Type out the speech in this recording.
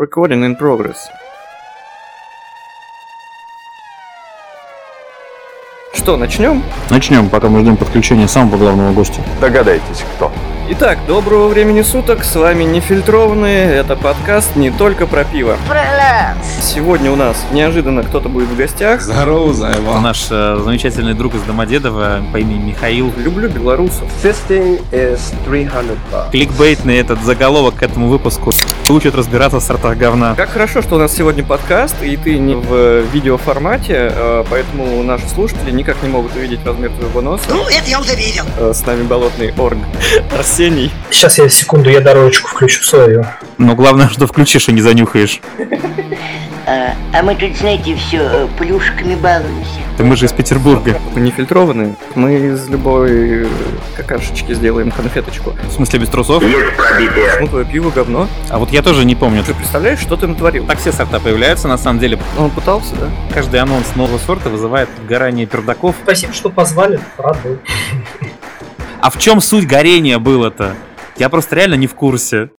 Recording in progress. Что, начнем? Начнем, пока мы ждем подключения самого главного гостя. Догадайтесь, кто. Итак, доброго времени суток, с вами Нефильтрованные, это подкаст не только про пиво. Сегодня у нас неожиданно кто-то будет в гостях. Здорово, Зайва. Наш э, замечательный друг из Домодедова по имени Михаил. Люблю белорусов. Fisting is 300 bucks. Кликбейтный этот заголовок к этому выпуску. Учат разбираться в сортах говна. Как хорошо, что у нас сегодня подкаст, и ты не в э, видеоформате, э, поэтому наши слушатели никак не могут увидеть размер твоего носа. Ну, это я уже видел. Э, С нами болотный орг Арсений. Сейчас я секунду, я дорожечку включу свою. Но главное, что включишь и не занюхаешь. А, а мы тут, знаете, все плюшками балуемся. Ты мы же из Петербурга. Нефильтрованные. Мы из любой э, какашечки сделаем конфеточку. В смысле без трусов? Почему твое пиво говно? А вот я тоже не помню. Ты представляешь, что ты натворил? Так все сорта появляются, на самом деле. Он пытался, да? Каждый анонс нового сорта вызывает горание пердаков. Спасибо, что позвали, рад был. А в чем суть горения было-то? Я просто реально не в курсе.